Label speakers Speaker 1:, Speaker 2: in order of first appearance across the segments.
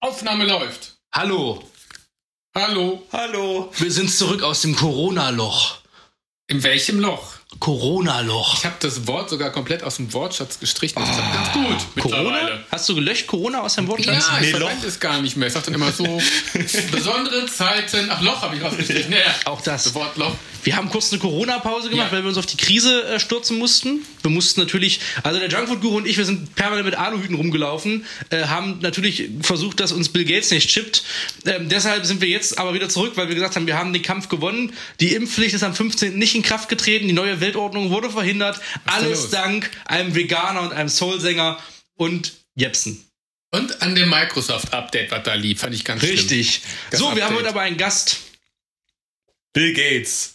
Speaker 1: Aufnahme läuft.
Speaker 2: Hallo,
Speaker 1: Hallo.
Speaker 3: Hallo.
Speaker 2: wir sind zurück aus dem Corona-Loch.
Speaker 1: In welchem Loch?
Speaker 2: Corona-Loch.
Speaker 1: Ich habe das Wort sogar komplett aus dem Wortschatz gestrichen. Das klappt ganz gut.
Speaker 2: Corona? Hast du gelöscht Corona aus deinem Wortschatz?
Speaker 1: Ah, Ja, ich
Speaker 3: Nee, Loch.
Speaker 1: verwende es gar nicht mehr. Ich sag dann immer so, besondere Zeiten. Ach, Loch habe ich rausgestrichen. Ja, ja.
Speaker 2: Auch das.
Speaker 1: Das Wort Loch.
Speaker 2: Wir haben kurz eine Corona-Pause gemacht,
Speaker 1: Ja.
Speaker 2: weil wir uns auf die Krise äh, stürzen mussten. Wir mussten natürlich, also der Junkfood-Guru und ich, wir sind permanent mit Aluhüten rumgelaufen, äh, haben natürlich versucht, dass uns Bill Gates nicht chippt. Ähm, deshalb sind wir jetzt aber wieder zurück, weil wir gesagt haben, wir haben den Kampf gewonnen. Die Impfpflicht ist am 15. nicht in Kraft getreten, die neue Weltordnung wurde verhindert.
Speaker 1: denn
Speaker 2: Alles
Speaker 1: los?
Speaker 2: dank einem Veganer und einem Soul-Sänger und Jepsen.
Speaker 1: Und an dem Microsoft-Update, was da lief, fand ich ganz schlimm.
Speaker 2: Richtig.
Speaker 1: Das
Speaker 2: so, wir haben
Speaker 1: Update.
Speaker 2: heute aber einen Gast.
Speaker 3: Bill Gates.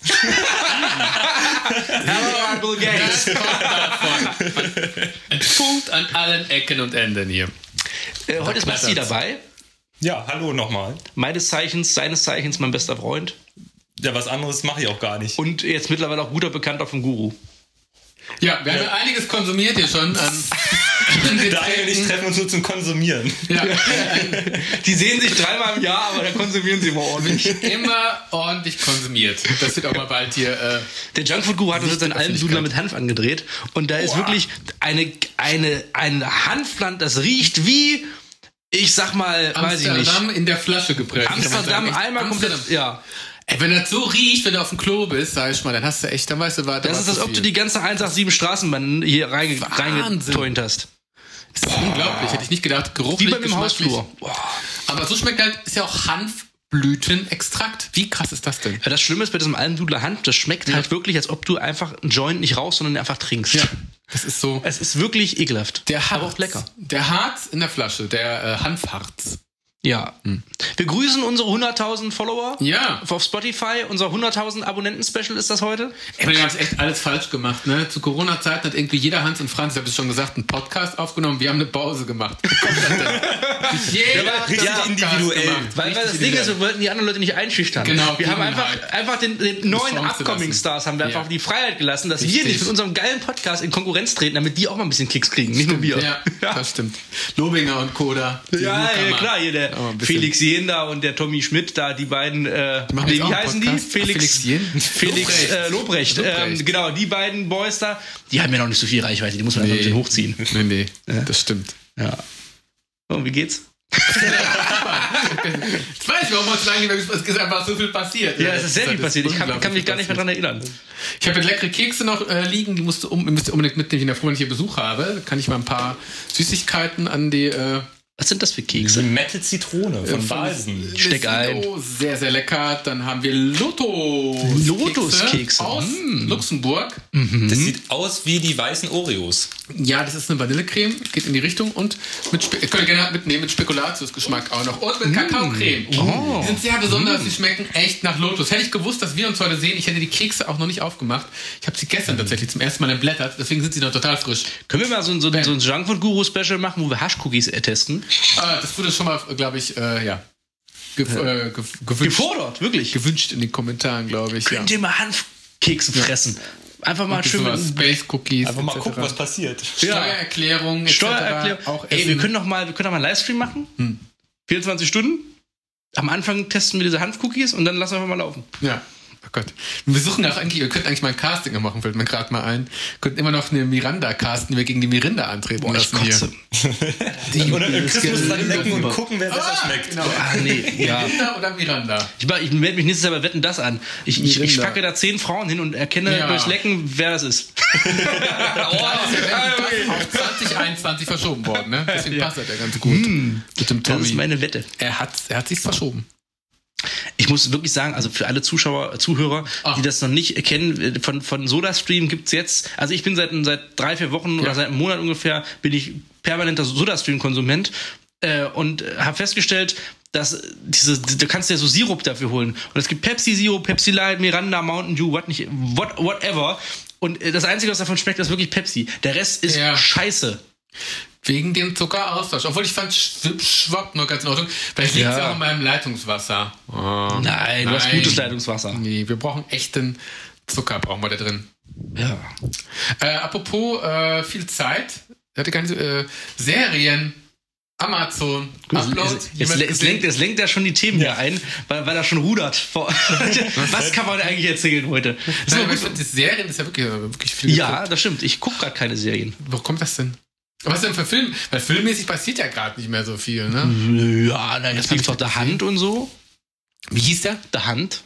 Speaker 2: Hello, Bill Gates.
Speaker 1: Das kommt davon. Ein Punkt an allen Ecken und Enden hier.
Speaker 2: Äh, heute ist Basti
Speaker 1: knattert's.
Speaker 2: dabei.
Speaker 3: Ja, hallo nochmal.
Speaker 2: meines Zeichens, seines Zeichens mein bester Freund
Speaker 3: Ja, was anderes mache ich auch gar nicht.
Speaker 2: und jetzt mittlerweile auch guter Bekannter vom Guru.
Speaker 1: Ja, wir haben ja einiges konsumiert hier schon. An, an
Speaker 3: Daniel und ich
Speaker 1: Getränken.
Speaker 3: treffen uns nur zum Konsumieren.
Speaker 1: ja.
Speaker 2: Die sehen sich dreimal im Jahr, aber da konsumieren sie immer ordentlich.
Speaker 1: immer ordentlich konsumiert. Das wird auch mal bald hier. Äh,
Speaker 2: Der Junkfood Guru hat uns jetzt einen Almdudler mit Hanf angedreht und da ist wirklich eine, eine, ein Hanfland, das riecht wie, ich sag mal, weiß ich nicht.
Speaker 1: Amsterdam in der Flasche gepresst.
Speaker 2: Amsterdam,
Speaker 1: Kann man sagen. Echt,
Speaker 2: einmal
Speaker 1: Amsterdam.
Speaker 2: komplett, ja.
Speaker 1: Ey, wenn das so riecht, wenn du auf dem Klo bist, sag ich mal, dann hast du echt, dann weißt du, warte.
Speaker 2: Das ist, als ob du die ganze 187 Straßenbahn hier reinge reingetönt hast.
Speaker 1: Das ist unglaublich, hätte ich nicht gedacht.
Speaker 2: Wie
Speaker 1: Geruchlich,
Speaker 2: bei mir im
Speaker 1: geschmacklich.
Speaker 2: Hausflur. Boah.
Speaker 1: Aber so schmeckt halt, ist ja auch Hanfblütenextrakt. Wie krass ist das denn?
Speaker 2: Ja, das Schlimme ist bei diesem Almdudler Hanf, das schmeckt halt wirklich, als ob du einfach einen Joint nicht rauchst, sondern einfach trinkst.
Speaker 1: Ja, das ist so.
Speaker 2: Es ist wirklich ekelhaft.
Speaker 1: Der Harz.
Speaker 2: Aber auch lecker.
Speaker 1: Der Harz in der Flasche, der äh, Hanfharz.
Speaker 2: Ja. Hm. Wir grüßen unsere 100.000 Follower
Speaker 1: Ja.
Speaker 2: auf Spotify. Unser 100.000 Abonnenten-Special ist das heute.
Speaker 1: Ey, wir haben es echt alles falsch gemacht, ne? Zu Corona-Zeiten hat irgendwie jeder Hans und Franz, ich habe es schon gesagt, einen Podcast aufgenommen, wir haben eine Pause gemacht. Wie kommt das denn? jeder hat
Speaker 3: richtig
Speaker 1: einen Podcast
Speaker 3: individuell.
Speaker 1: gemacht.
Speaker 2: Weil, weil das Ding ist, wir wollten die anderen Leute nicht einschüchtern.
Speaker 1: Genau,
Speaker 2: wir haben einfach,
Speaker 1: Gegenheit.
Speaker 2: einfach den, den neuen
Speaker 1: Chance
Speaker 2: Upcoming
Speaker 1: lassen.
Speaker 2: Stars haben wir einfach
Speaker 1: Ja.
Speaker 2: auf die Freiheit gelassen, dass wir
Speaker 1: Richtig.
Speaker 2: nicht mit unserem geilen Podcast in Konkurrenz treten, damit die auch mal ein bisschen Kicks kriegen, nicht nur wir.
Speaker 1: Ja, das stimmt. Lobinger und Koda. die
Speaker 2: Ja,
Speaker 1: Newcomer.
Speaker 2: ja, klar, hier der
Speaker 1: Aber ein bisschen.
Speaker 2: Felix Jenda und der Tommy Schmidt, da die beiden, äh,
Speaker 1: machen
Speaker 2: nee,
Speaker 1: jetzt auch
Speaker 2: wie
Speaker 1: einen
Speaker 2: heißen
Speaker 1: Podcast?
Speaker 2: die? Felix,
Speaker 1: Felix Jen-
Speaker 2: Felix
Speaker 1: Lobrecht.
Speaker 2: Lobrecht. Äh, Lobrecht.
Speaker 1: Lobrecht.
Speaker 2: Ähm, genau, die beiden Boys da, die haben ja noch nicht so viel Reichweite, die muss man einfach ein bisschen hochziehen.
Speaker 1: Nee, nee, das stimmt.
Speaker 2: Ja. So, wie geht's?
Speaker 1: Ich weiß nicht, warum wir uns lange nicht mehr gesprochen haben. Es ist einfach so viel passiert. ne?
Speaker 2: Ja, es ist sehr
Speaker 1: Das halt
Speaker 2: viel passiert. Ich kann, kann mich gar nicht mehr
Speaker 1: unglaublich
Speaker 2: dran erinnern.
Speaker 1: passiert. Ich habe jetzt leckere Kekse noch äh, liegen, die musst du, um, müsst ihr unbedingt mitnehmen, wenn ich davor, wenn ich hier Besuch habe. Kann ich mal ein paar Süßigkeiten an die. Äh,
Speaker 2: Was sind das für
Speaker 3: Die
Speaker 2: Kekse?
Speaker 3: Mette Zitrone Äh, von Basen.
Speaker 2: Steck
Speaker 1: Missino,
Speaker 2: ein.
Speaker 1: Sehr, sehr lecker. Dann haben wir Lotos.
Speaker 2: Lotus-Kekse. Mm.
Speaker 1: Aus Luxemburg.
Speaker 3: Das sieht aus wie die weißen Oreos.
Speaker 1: Ja, das ist eine Vanillecreme. Geht in die Richtung. Und mit Spe äh, könnt ihr gerne mitnehmen mit Spekulatius-Geschmack auch noch. Und mit
Speaker 2: Mm.
Speaker 1: Kakaocreme.
Speaker 2: Oh.
Speaker 1: Die sind sehr besonders. Die schmecken echt nach Lotus. Hätte ich gewusst, dass wir uns heute sehen, ich hätte die Kekse auch noch nicht aufgemacht. Ich habe sie gestern tatsächlich zum ersten Mal entblättert. Deswegen sind sie noch total frisch.
Speaker 2: Können wir mal so, ein- so, ein- so ein Junkfood-Guru-Special machen, wo wir Haschcookies äh, testen?
Speaker 1: Ah, das wurde schon mal, glaube ich, äh, ja. Ge äh, ge gewünscht.
Speaker 2: Gefordert, wirklich.
Speaker 1: gewünscht in den Kommentaren, glaube ich. Ja.
Speaker 2: Könnt ihr mal Hanfkekse fressen? Einfach mal schön mit
Speaker 1: Sowas, Space Cookies.
Speaker 3: Einfach mal
Speaker 1: etc..
Speaker 3: gucken, was passiert.
Speaker 1: Steuererklärung, etc.
Speaker 2: Steuererklärung.
Speaker 1: Auch
Speaker 2: Ey,
Speaker 1: Essen. Hm.
Speaker 2: wir können doch mal, wir können doch mal einen Livestream machen. 24 Stunden. Am Anfang testen wir diese Hanfcookies und dann lassen wir einfach mal laufen.
Speaker 1: Ja. Oh Gott. Wir suchen nach eigentlich, wir könnten eigentlich mal ein Casting machen, fällt mir gerade mal ein. Wir könnten immer noch eine Miranda casten, die wir gegen die Mirinda antreten lassen hier. Die
Speaker 3: Und dann äh, Chris muss dran lecken und
Speaker 1: Mirinda
Speaker 3: gucken, wer besser schmeckt.
Speaker 1: Genau.
Speaker 2: Ah, nee, ja.
Speaker 1: oder Miranda?
Speaker 2: Ich, war- ich melde mich nächstes Jahr bei Wetten das an. Ich, ich, ich
Speaker 1: Rinder.
Speaker 2: packe da zehn Frauen hin und erkenne
Speaker 1: Ja.
Speaker 2: durchs Lecken, wer das ist.
Speaker 3: Ah,
Speaker 2: Oh.
Speaker 3: oh,
Speaker 1: Das ist auf 2021 verschoben worden, ne? Deswegen passt das ja ganz gut. Mit dem
Speaker 2: Hm. Das ist
Speaker 1: Tommy.
Speaker 2: meine Wette.
Speaker 1: Er hat, er hat sich's verschoben.
Speaker 2: Ich muss wirklich sagen, also für alle Zuschauer, äh, Zuhörer,
Speaker 1: Ah.
Speaker 2: die das noch nicht kennen, äh, von, von SodaStream gibt's jetzt, also ich bin seit, seit drei, vier Wochen oder seit einem Monat ungefähr, bin ich permanenter SodaStream-Konsument äh, und äh, habe festgestellt, dass äh, diese, du kannst ja so Sirup dafür holen. Und es gibt Pepsi-Sirup, Pepsi Light, Miranda, Mountain Dew, what nicht, what, whatever. Und äh, das Einzige, was davon schmeckt, ist wirklich Pepsi. Der Rest ist
Speaker 1: Ja.
Speaker 2: scheiße.
Speaker 1: Wegen dem Zuckeraustausch. Obwohl ich fand Schwipp, Schwapp noch ganz in Ordnung. Vielleicht liegt es
Speaker 2: Ja.
Speaker 1: ja auch in meinem Leitungswasser. Oh.
Speaker 2: Nein, du hast
Speaker 1: Nein.
Speaker 2: gutes Leitungswasser.
Speaker 1: Nee, wir brauchen echten Zucker, brauchen wir da drin.
Speaker 2: Ja.
Speaker 1: Äh, apropos äh, viel Zeit, ich hatte gar nicht so, äh, Serien. Amazon, Upload.
Speaker 2: Es, es,
Speaker 1: jemand
Speaker 2: es,
Speaker 1: gesehen?
Speaker 2: lenkt, es lenkt ja schon die Themen hier ein, weil, weil er schon rudert. vor- Was kann man eigentlich erzählen heute? So,
Speaker 1: Nein, aber ich finde, die Serien ist ja wirklich, äh, wirklich viel.
Speaker 2: ja, das stimmt. Ich gucke gerade keine Serien.
Speaker 1: Wo kommt das denn? Was denn für Film? Weil filmmäßig passiert ja gerade nicht mehr so viel,
Speaker 2: Hm.
Speaker 1: ne?
Speaker 2: Ja, na, jetzt
Speaker 1: hab
Speaker 2: gibt's
Speaker 1: ich
Speaker 2: doch der Hand und so.
Speaker 1: Wie hieß der?
Speaker 2: Der Hand.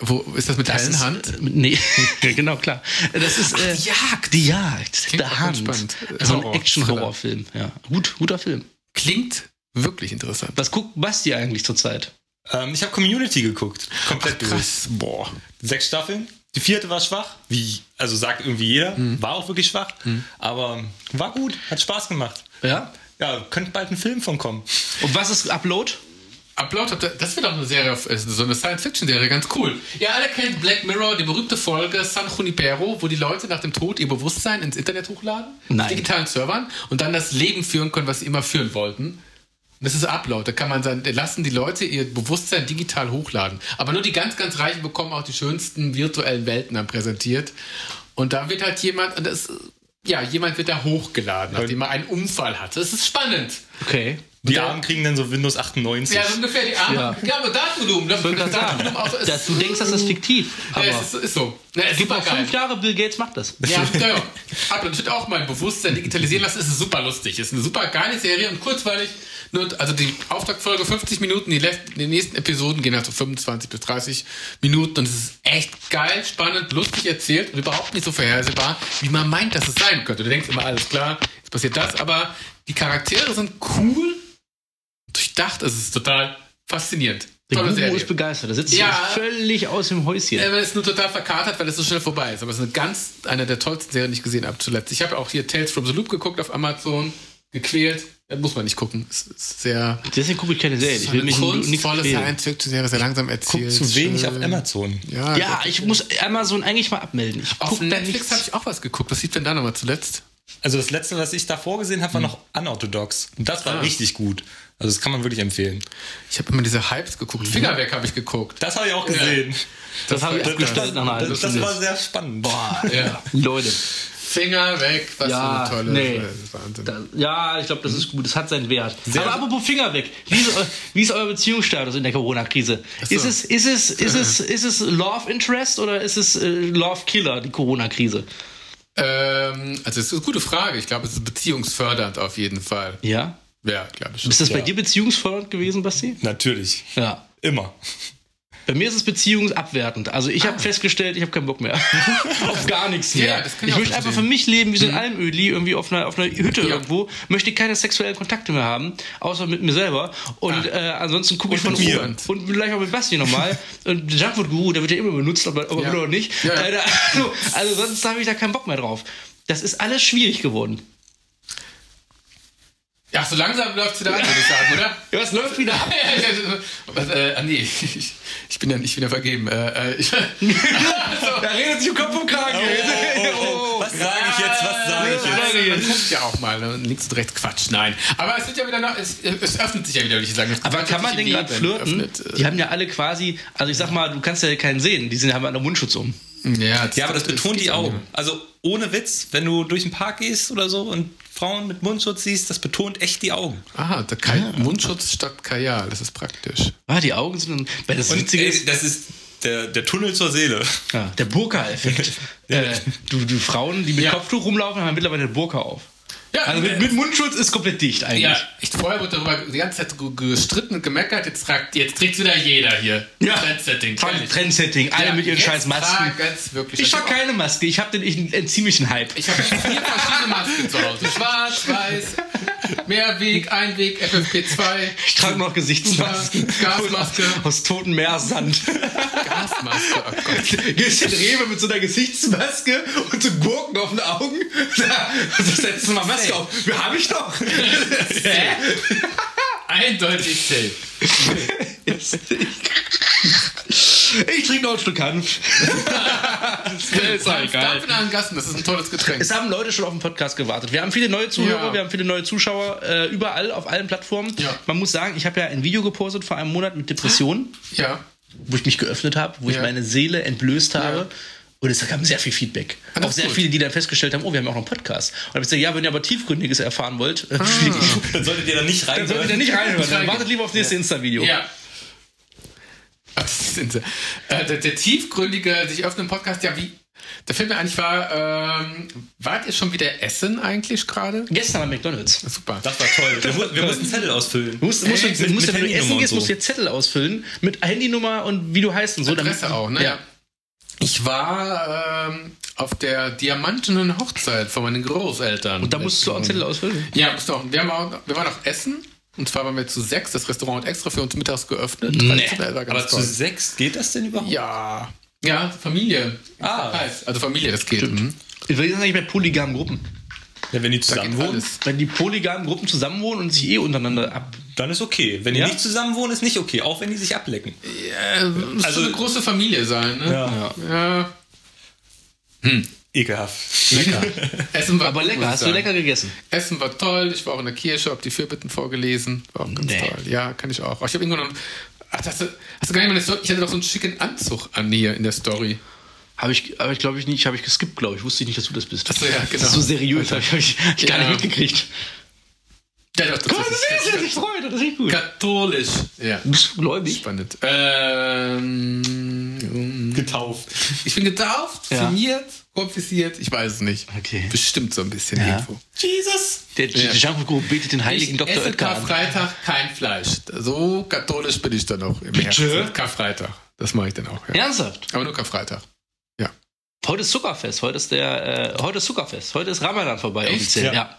Speaker 1: Wo ist das mit
Speaker 2: Das
Speaker 1: der
Speaker 2: ist,
Speaker 1: Hand?
Speaker 2: äh, Nee, Ja, genau, klar. Das ist äh,
Speaker 1: Jagd.
Speaker 2: Die Jagd.
Speaker 1: Klingt
Speaker 2: der
Speaker 1: auch ganz
Speaker 2: Hand.
Speaker 1: spannend.
Speaker 2: So ein
Speaker 1: Horror,
Speaker 2: Action-Horrorfilm. Ja. Gut, guter Film.
Speaker 1: Klingt wirklich interessant.
Speaker 2: Was guckt Basti eigentlich zurzeit?
Speaker 3: Ähm, ich habe Community geguckt. Komplett durch.
Speaker 1: boah.
Speaker 3: Sechs Staffeln. Die vierte war schwach. Wie, also sagt irgendwie jeder.
Speaker 1: Mhm.
Speaker 3: War auch wirklich schwach. Aber ähm, war gut. Hat Spaß gemacht.
Speaker 1: Äh.
Speaker 2: Ja.
Speaker 3: Ja, könnte bald ein Film von kommen.
Speaker 2: Und was ist Upload?
Speaker 1: Upload, habt ihr- das wäre doch eine Serie, auf- äh, so eine Science-Fiction-Serie, ganz cool. Ihr alle kennt Black Mirror, die berühmte Folge San Junipero, wo die Leute nach dem Tod ihr Bewusstsein ins Internet hochladen,
Speaker 2: Nein.
Speaker 1: auf digitalen Servern und dann das Leben führen können, was sie immer führen wollten. Und Das ist Upload, da kann man sagen, lassen die Leute ihr Bewusstsein digital hochladen. Aber nur die ganz, ganz Reichen bekommen auch die schönsten virtuellen Welten dann präsentiert. Und da wird halt jemand, und das, ja, jemand wird da hochgeladen, nachdem er einen Unfall hatte. Das ist spannend.
Speaker 2: Okay.
Speaker 3: Die
Speaker 1: der-
Speaker 3: Armen kriegen dann so Windows 98.
Speaker 1: Ja, so ungefähr die Arme.
Speaker 2: Ja.
Speaker 1: Ja, aber Datenvolumen. Das
Speaker 2: Ich wollte gerade sagen, dass du denkst, das ist fiktiv. Aber
Speaker 1: aber ja, es ist, ist so. Na, es ist
Speaker 2: gib
Speaker 1: super
Speaker 2: mal
Speaker 1: geil.
Speaker 2: fünf Jahre, Bill Gates macht das.
Speaker 1: Ja, ja, ja. Hab natürlich auch mein Bewusstsein digitalisieren lassen. Es ist super lustig. Es ist eine super geile Serie und kurzweilig. Nur, also die Auftaktfolge 50 Minuten, die, letzten, die nächsten Episoden gehen also 25 bis 30 Minuten und es ist echt geil, spannend, lustig erzählt und überhaupt nicht so vorhersehbar, wie man meint, dass es sein könnte. Du denkst immer, alles klar, jetzt passiert das, aber die Charaktere sind cool, durchdacht, es ist total faszinierend.
Speaker 2: Der
Speaker 1: Tolle
Speaker 2: Guru
Speaker 1: Serie.
Speaker 2: ist begeistert. Der sitzt
Speaker 1: Ja.
Speaker 2: hier völlig aus dem Häuschen.
Speaker 1: Ja, weil es nur total verkatert, weil es so schnell vorbei ist. Aber es ist eine ganz, eine der tollsten Serien, die ich gesehen habe zuletzt. Ich habe auch hier Tales from the Loop geguckt auf Amazon, gequält. Das muss man nicht gucken. Es ist sehr.
Speaker 2: Deswegen gucke ich keine Serien. Ich will mich nichts
Speaker 1: kunstvolle
Speaker 2: empfehlen.
Speaker 1: Science-Fiction-Serie, sehr langsam
Speaker 3: Guckt
Speaker 1: erzählt.
Speaker 3: zu wenig auf
Speaker 1: schön.
Speaker 3: Amazon.
Speaker 1: Ja,
Speaker 2: Ja, ich muss Amazon eigentlich mal abmelden. Ich
Speaker 1: auf
Speaker 2: guck da
Speaker 1: Netflix
Speaker 2: nichts.
Speaker 1: habe ich auch was geguckt. Was sieht denn da nochmal zuletzt?
Speaker 3: Also das letzte, was ich davor gesehen habe, war
Speaker 2: Hm.
Speaker 3: noch unorthodox. Und das war
Speaker 1: Ah.
Speaker 3: richtig gut. Also das kann man wirklich empfehlen.
Speaker 1: Ich habe immer diese Hypes geguckt.
Speaker 2: Mhm.
Speaker 1: Finger weg habe ich geguckt.
Speaker 3: Das habe ich auch gesehen.
Speaker 2: Das habe ich
Speaker 1: war-
Speaker 2: abgestellt nach einer halben
Speaker 3: Das, das
Speaker 2: Stunde.
Speaker 3: war sehr spannend.
Speaker 2: Boah,
Speaker 1: Ja.
Speaker 2: Leute.
Speaker 1: Finger weg, was
Speaker 2: Ja,
Speaker 1: für eine tolle
Speaker 2: nee.
Speaker 1: das ist Wahnsinn.
Speaker 2: Da, ja, ich glaube, das ist gut. Das hat seinen Wert. Aber
Speaker 3: gut.
Speaker 2: apropos Finger weg. Wie ist, eu- wie ist euer Beziehungsstatus in der Corona-Krise?
Speaker 1: so. Äh.
Speaker 2: Ist, es, ist, es, ist, es, ist es Love Interest oder ist es äh, Love Killer, die Corona-Krise?
Speaker 1: Ähm, also, das ist eine gute Frage. Ich glaube, es ist beziehungsfördernd auf jeden Fall.
Speaker 2: Ja.
Speaker 1: Ja, glaube ich schon.
Speaker 2: Ist das bei
Speaker 3: Ja.
Speaker 2: dir beziehungsfördernd gewesen, Basti?
Speaker 3: Natürlich.
Speaker 2: Ja.
Speaker 3: Immer.
Speaker 2: Bei mir ist es beziehungsabwertend. Also ich habe festgestellt, ich habe keinen Bock mehr. auf gar nichts mehr.
Speaker 1: Ah. Ja, das kann ich
Speaker 2: ich
Speaker 1: auch
Speaker 2: möchte einfach für
Speaker 1: verstehen. Mhm.
Speaker 2: mich leben wie so ein Almödli, irgendwie auf einer, auf einer Hütte
Speaker 1: Ja.
Speaker 2: irgendwo. Möchte keine sexuellen Kontakte mehr haben, außer mit mir selber. Und äh, ansonsten gucke ich von
Speaker 1: Ah. mit mir.
Speaker 2: oben. Und vielleicht auch mit Basti nochmal. Und Junkfood Guru, der wird ja immer benutzt, ob er ob er
Speaker 1: Ja.
Speaker 2: will oder nicht.
Speaker 1: Ja, ja.
Speaker 2: Äh, da, also, also sonst habe ich da keinen Bock mehr drauf. Das ist alles schwierig geworden.
Speaker 1: Ja, so langsam läuft sie da an, würde ich sagen, oder?
Speaker 2: Ja, es läuft wieder ab.
Speaker 1: Was, äh, ah, nee, ich, ich, bin ja, ich bin ja vergeben. Äh, äh, ich,
Speaker 2: Da redet sich um Kopf und Kragen. oh,
Speaker 3: Was sage ich jetzt? Was sage ich jetzt?
Speaker 1: Man guckt ja auch mal, ne? links und rechts Quatsch, nein. Aber es wird ja wieder noch, es, es öffnet sich ja wieder, würde ich sagen.
Speaker 2: Aber kann man denn
Speaker 1: Leben
Speaker 2: gerade flirten?
Speaker 1: öffnet, äh,
Speaker 2: Die haben ja alle quasi, also ich sag mal, du kannst ja keinen sehen, die sind, haben alle Mundschutz um.
Speaker 1: Ja,
Speaker 3: Ja, aber das betont die Augen. Also ohne Witz, wenn du durch den Park gehst oder so und Frauen mit Mundschutz siehst, das betont echt die Augen.
Speaker 1: Aha, der Kai, Mundschutz statt Kajal, das ist praktisch.
Speaker 2: Ah, die Augen sind dann, weil das
Speaker 3: Und
Speaker 1: äh,
Speaker 2: Witzige
Speaker 3: ey,
Speaker 2: ist,
Speaker 3: das ist der, der Tunnel zur Seele.
Speaker 2: ja, der Burka-Effekt. äh, du, du Frauen, die mit
Speaker 1: Ja.
Speaker 2: Kopftuch rumlaufen, haben mittlerweile eine Burka auf.
Speaker 1: Ja, äh,
Speaker 2: Also mit, mit Mundschutz ist komplett dicht eigentlich.
Speaker 1: ja, ich, vorher wurde darüber die ganze Zeit ge- gestritten und gemeckert, jetzt trägt jetzt trägt's wieder jeder hier. Trendsetting.
Speaker 2: Vor allem
Speaker 1: ehrlich.
Speaker 2: Trendsetting, alle
Speaker 1: Ja,
Speaker 2: mit ihren
Speaker 1: jetzt
Speaker 2: scheiß Masken.
Speaker 1: trag jetzt wirklich-
Speaker 2: Ich trage keine Maske, ich habe den, ich entziehe mich einen Hype.
Speaker 1: Ich habe vier verschiedene Masken zu Hause. Schwarz, weiß, Mehrweg, Einweg, FFP2,
Speaker 2: Ich trage nur noch Gesichtsmasken.
Speaker 1: Gasmaske.
Speaker 2: Aus totem Meersand.
Speaker 1: Gasmaske. Oh Gott.
Speaker 2: Gehst in Rewe mit so einer Gesichtsmaske und so Gurken auf den Augen. Also setzt du mal Maske auf. Wir habe ich doch. Äh?
Speaker 1: Eindeutig safe.
Speaker 2: Ich trinke noch ein Stück Hanf.
Speaker 1: Das
Speaker 2: ist halt geil.
Speaker 1: Dampfen an Gassen, das ist ein tolles Getränk.
Speaker 2: Es haben Leute schon auf den Podcast gewartet. Wir haben viele neue Zuhörer,
Speaker 1: Ja.
Speaker 2: wir haben viele neue Zuschauer, äh, überall, auf allen Plattformen.
Speaker 1: Ja.
Speaker 2: Man muss sagen, ich habe ja ein Video gepostet vor einem Monat mit Depressionen,
Speaker 1: Ja.
Speaker 2: wo ich mich geöffnet habe, wo ich
Speaker 1: Ja.
Speaker 2: meine Seele entblößt habe. Und es kam sehr viel Feedback.
Speaker 1: Ah, das
Speaker 2: auch
Speaker 1: ist
Speaker 2: sehr
Speaker 1: gut.
Speaker 2: viele, die dann festgestellt haben, oh, wir haben auch noch einen Podcast. Und dann habe ich gesagt, ja, wenn ihr aber Tiefgründiges erfahren wollt,
Speaker 1: Ah.
Speaker 3: Dann solltet ihr da nicht rein.
Speaker 2: dann solltet ihr nicht reinhören. Dann wartet lieber aufs nächste Insta-Video.
Speaker 1: Ja. Ach, das sind sie. Äh, der, der tiefgründige sich öffnende Podcast, ja, wie? Da fällt mir eigentlich war, ähm, wart ihr schon wieder essen eigentlich gerade?
Speaker 2: Gestern am McDonalds.
Speaker 1: Super.
Speaker 3: Das war toll. Wir, mu- wir mussten Zettel ausfüllen.
Speaker 2: Du musst, musst,
Speaker 3: Echt?
Speaker 2: musst,
Speaker 3: Mit-
Speaker 2: musst
Speaker 3: mit
Speaker 2: wenn du
Speaker 3: Handynummer
Speaker 2: essen
Speaker 3: und
Speaker 2: gehst,
Speaker 3: so.
Speaker 2: musst du dir Zettel ausfüllen mit Handynummer und wie du heißt und so. damit-
Speaker 1: Adresse auch, ne?
Speaker 2: Ja.
Speaker 1: Ich war ähm, auf der diamantenen Hochzeit von meinen Großeltern.
Speaker 2: Und da musst du auch Zettel ausfüllen.
Speaker 1: Ja, musst du auch. Wir, haben auch, wir waren auch essen. Und zwar waren wir zu sechs. Das Restaurant hat extra für uns mittags geöffnet.
Speaker 2: Nee.
Speaker 1: Das war ganz
Speaker 3: Aber zu
Speaker 1: toll.
Speaker 3: sechs geht das denn überhaupt?
Speaker 1: Ja. Ja, Familie.
Speaker 3: Ah.
Speaker 1: Heiß. Also Familie, das geht. Mhm.
Speaker 2: Ich will jetzt nicht mehr polygamen Gruppen.
Speaker 3: Ja,
Speaker 1: Da
Speaker 3: wenn die
Speaker 1: geht
Speaker 3: zusammen wohnen,
Speaker 1: alles.
Speaker 2: Wenn die polygamen Gruppen zusammenwohnen und sich eh untereinander ab.
Speaker 3: dann ist okay. Wenn die
Speaker 2: Ja?
Speaker 3: nicht zusammen wohnen, ist nicht okay. Auch wenn die sich ablecken.
Speaker 1: Äh, muss
Speaker 3: Also-
Speaker 1: also, eine große Familie sein, ne?
Speaker 3: Ja.
Speaker 1: Ja.
Speaker 3: Ekelhaft.
Speaker 1: Lecker. Essen war
Speaker 2: Aber
Speaker 1: gut,
Speaker 2: lecker,
Speaker 1: muss ich
Speaker 2: hast du
Speaker 1: sagen.
Speaker 2: lecker gegessen.
Speaker 1: Essen war toll. Ich war auch in der Kirche, hab die Fürbitten vorgelesen. War auch ganz
Speaker 2: Nee.
Speaker 1: toll. Ja, kann ich auch. Ich habe irgendwann. Ach, hast, du, hast du gar nicht meine Story? Ich hatte doch so einen schicken Anzug an hier in der Story.
Speaker 2: Habe ich, aber ich glaube ich nicht, habe ich geskippt, glaube ich. Wusste ich nicht, dass du das bist.
Speaker 1: Achso, ja, genau.
Speaker 2: Das ist so seriös, habe ich, hab ich hab ich gar
Speaker 1: Ja.
Speaker 2: nicht mitgekriegt.
Speaker 1: ja, doch, das
Speaker 2: Guck mal, das ist, das ist Freude, das ist echt gut.
Speaker 1: katholisch. Ja.
Speaker 2: Du bist gläubig.
Speaker 1: Spannend. Ähm,
Speaker 3: Getauft.
Speaker 1: ich bin getauft,
Speaker 2: Ja.
Speaker 1: firmiert, konfisziert. Ich weiß es nicht.
Speaker 2: Okay.
Speaker 1: Bestimmt so ein bisschen
Speaker 2: Ja.
Speaker 1: irgendwo.
Speaker 3: Jesus.
Speaker 2: Der ja. Jean-Claude betet den heiligen
Speaker 1: ich
Speaker 2: Dr.
Speaker 1: esse
Speaker 2: Oetker an.
Speaker 1: Karfreitag kein Fleisch. So katholisch bin ich dann auch im
Speaker 2: Bitte?
Speaker 1: Herzen. Karfreitag. Das mache ich dann auch. Ja.
Speaker 2: Ernsthaft?
Speaker 1: Aber nur Karfreitag.
Speaker 2: Heute ist Zuckerfest. Heute ist der, äh, heute ist Zuckerfest. Heute ist Ramadan vorbei
Speaker 1: Echt?
Speaker 2: offiziell.
Speaker 3: Ja.
Speaker 2: Ja.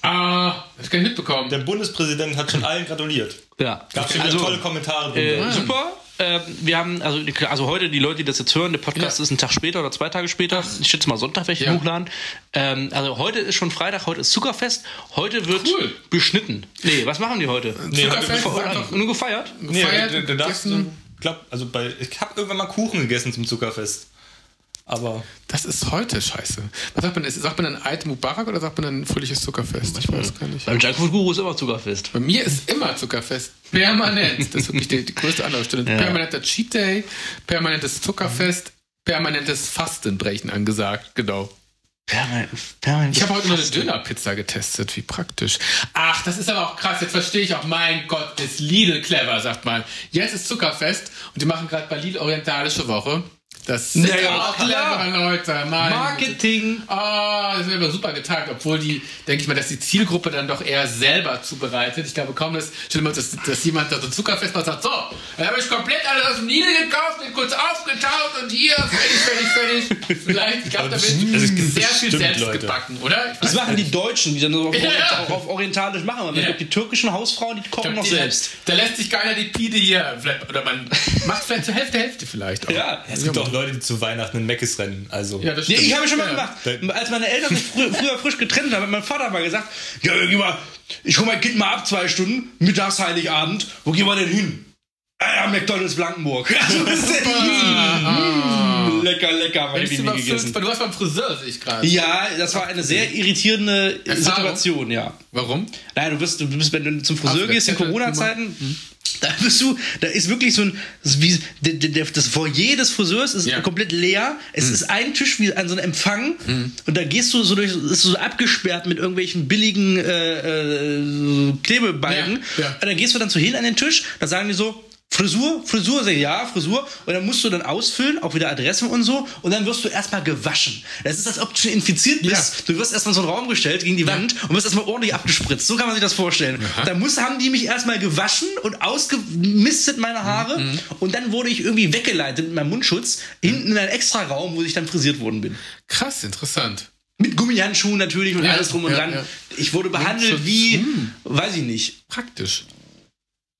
Speaker 1: Ah, hab ich gar nicht mitbekommen.
Speaker 3: Der Bundespräsident hat schon allen gratuliert.
Speaker 2: ja.
Speaker 3: Gab schon wieder
Speaker 2: Also,
Speaker 3: tolle Kommentare drunter.
Speaker 2: Äh, super. Ähm, wir haben, also, also heute, die Leute, die das jetzt hören, der Podcast
Speaker 1: Ja.
Speaker 2: ist ein Tag später oder zwei Tage später. Ich schätze mal Sonntag, welche
Speaker 1: Ja.
Speaker 2: hochladen. Ähm, also heute ist schon Freitag, heute ist Zuckerfest. Heute wird
Speaker 1: Cool.
Speaker 2: beschnitten. Äh, Nee, was machen die heute?
Speaker 3: nee, hat
Speaker 1: Zuckerfest, sag
Speaker 3: gefeiert.
Speaker 2: Oder
Speaker 1: doch,
Speaker 2: nur gefeiert?
Speaker 3: Nee,
Speaker 1: gefeiert
Speaker 3: du,
Speaker 1: und
Speaker 3: du darfst,
Speaker 1: gegessen.
Speaker 3: ich glaub, also bei, ich habe irgendwann mal Kuchen gegessen zum Zuckerfest. Aber
Speaker 1: Das ist heute scheiße. Was sagt man? Ist, sagt man dann Eid Mubarak oder sagt man dann fröhliches Zuckerfest? Ich weiß gar nicht.
Speaker 2: Beim Junkfood Guru ist immer Zuckerfest.
Speaker 1: Bei mir ist immer Zuckerfest. Permanent. Das ist wirklich die, die größte Anlaufstelle. Permanenter Cheat Day, permanentes Zuckerfest, permanentes Fastenbrechen angesagt. Genau. Ich habe heute noch eine Dönerpizza getestet, wie praktisch. Ach, das ist aber auch krass. Jetzt verstehe ich auch, mein Gott, ist Lidl clever, sagt man. Jetzt ist Zuckerfest und die machen gerade bei Lidl Orientalische Woche. Das sind
Speaker 2: Naja,
Speaker 1: aber auch
Speaker 2: klar.
Speaker 1: clevere Leute. Meine Güte.
Speaker 2: Marketing.
Speaker 1: Ah, das wäre aber super getagt, obwohl die, denke ich mal, dass die Zielgruppe dann doch eher selber zubereitet. Ich glaube kaum, dass, stell dir mal, dass, dass jemand da so Zuckerfest macht und sagt, so, dann habe ich komplett alles aus dem Lidl gekauft, bin kurz aufgetaut und hier, fertig, fertig, fertig. Vielleicht, ich glaube, da wird
Speaker 3: Also, das
Speaker 1: sehr viel
Speaker 3: stimmt,
Speaker 1: selbst
Speaker 3: Leute.
Speaker 1: gebacken, oder? Ich
Speaker 2: Das machen die Deutschen, die dann so auf,
Speaker 1: Ja.
Speaker 2: auf orientalisch machen. Aber ich
Speaker 1: Ja.
Speaker 2: glaube, die türkischen Hausfrauen, die kochen noch
Speaker 1: die-
Speaker 2: selbst.
Speaker 1: Da lässt sich keiner die Pide hier, vielleicht- oder man macht vielleicht zur Hälfte, Hälfte vielleicht auch.
Speaker 2: Ja.
Speaker 3: es gibt auch Leute, die zu Weihnachten in Meckes rennen. Also,
Speaker 1: Ja, das
Speaker 2: Nee,
Speaker 1: stimmt.
Speaker 2: ich habe schon mal
Speaker 1: Ja.
Speaker 2: gemacht, als meine Eltern sich früher, früher frisch getrennt haben, hat mein Vater mal gesagt, ja, geh mal, ich hole mein Kind mal ab zwei Stunden, mittags Heiligabend, wo gehen wir denn hin? Ah, ja, McDonalds Blankenburg. Also, das ist ja-
Speaker 1: Ah.
Speaker 2: Mm, lecker, lecker, habe ich
Speaker 1: Bist du
Speaker 2: nie gegessen.
Speaker 1: überfüllt? Du warst beim Friseur, sehe ich gerade.
Speaker 2: Ja, das war eine sehr irritierende
Speaker 1: Erfahrung?
Speaker 2: Situation, ja.
Speaker 1: Warum?
Speaker 2: Nein, du wirst, du bist, wenn du zum
Speaker 1: Ach,
Speaker 2: Friseur
Speaker 1: der
Speaker 2: gehst in
Speaker 1: Zettel,
Speaker 2: Corona-Zeiten,
Speaker 1: Mhm.
Speaker 2: da bist du, da ist wirklich so ein, das ist wie, der, der, der- das Foyer des Friseurs ist
Speaker 1: Ja. Mhm.
Speaker 2: komplett leer. Es ist ein Tisch wie an so einem Empfang und da gehst du so durch, ist so abgesperrt mit irgendwelchen billigen äh, äh, Klebebalken.
Speaker 1: Ja, ja.
Speaker 2: Und Ah, dann gehst du dann zu hin an den Tisch, da sagen die so, Frisur, Frisur, sag ich, ja, Frisur. Und dann musst du dann ausfüllen, auch wieder Adressen und so. Und dann wirst du erstmal gewaschen. Das ist, als ob du schon infiziert bist.
Speaker 1: Ja.
Speaker 2: Du wirst erstmal in so einen Raum gestellt gegen die Wand und wirst erstmal ordentlich abgespritzt. So kann man sich das vorstellen. Dann muss, haben die mich erstmal gewaschen und ausgemistet meine Haare.
Speaker 1: Mhm.
Speaker 2: Und dann wurde ich irgendwie weggeleitet mit meinem Mundschutz hinten in einen extra Raum, wo ich dann frisiert worden bin.
Speaker 1: Krass, interessant.
Speaker 2: Mit Gummihandschuhen natürlich und
Speaker 1: Ja,
Speaker 2: alles drum und
Speaker 1: ja,
Speaker 2: dran.
Speaker 1: ja.
Speaker 2: Ich wurde behandelt
Speaker 1: Mundschutz. Hm.
Speaker 2: wie, weiß ich nicht,
Speaker 1: Praktisch.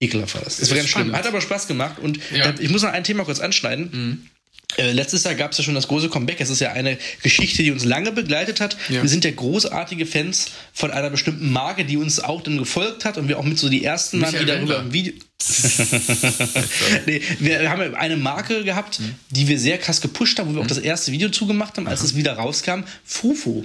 Speaker 2: ekelhaft war das. Das war
Speaker 1: ist
Speaker 2: ganz schlimm.
Speaker 1: spannend.
Speaker 2: Hat aber Spaß gemacht. Und
Speaker 1: Ja.
Speaker 2: da- ich muss noch ein Thema kurz anschneiden. Äh, letztes Jahr gab es ja schon das große Comeback. Es ist ja eine Geschichte, die uns lange begleitet hat.
Speaker 1: Ja.
Speaker 2: Wir sind ja großartige Fans von einer bestimmten Marke, die uns auch dann gefolgt hat und wir auch mit so die ersten waren, die
Speaker 1: Michael
Speaker 2: darüber
Speaker 1: Wendler.
Speaker 2: im Video. nee, wir haben ja eine Marke gehabt, die wir sehr krass gepusht haben, wo wir auch das erste Video zugemacht haben, als es wieder rauskam. Fufo.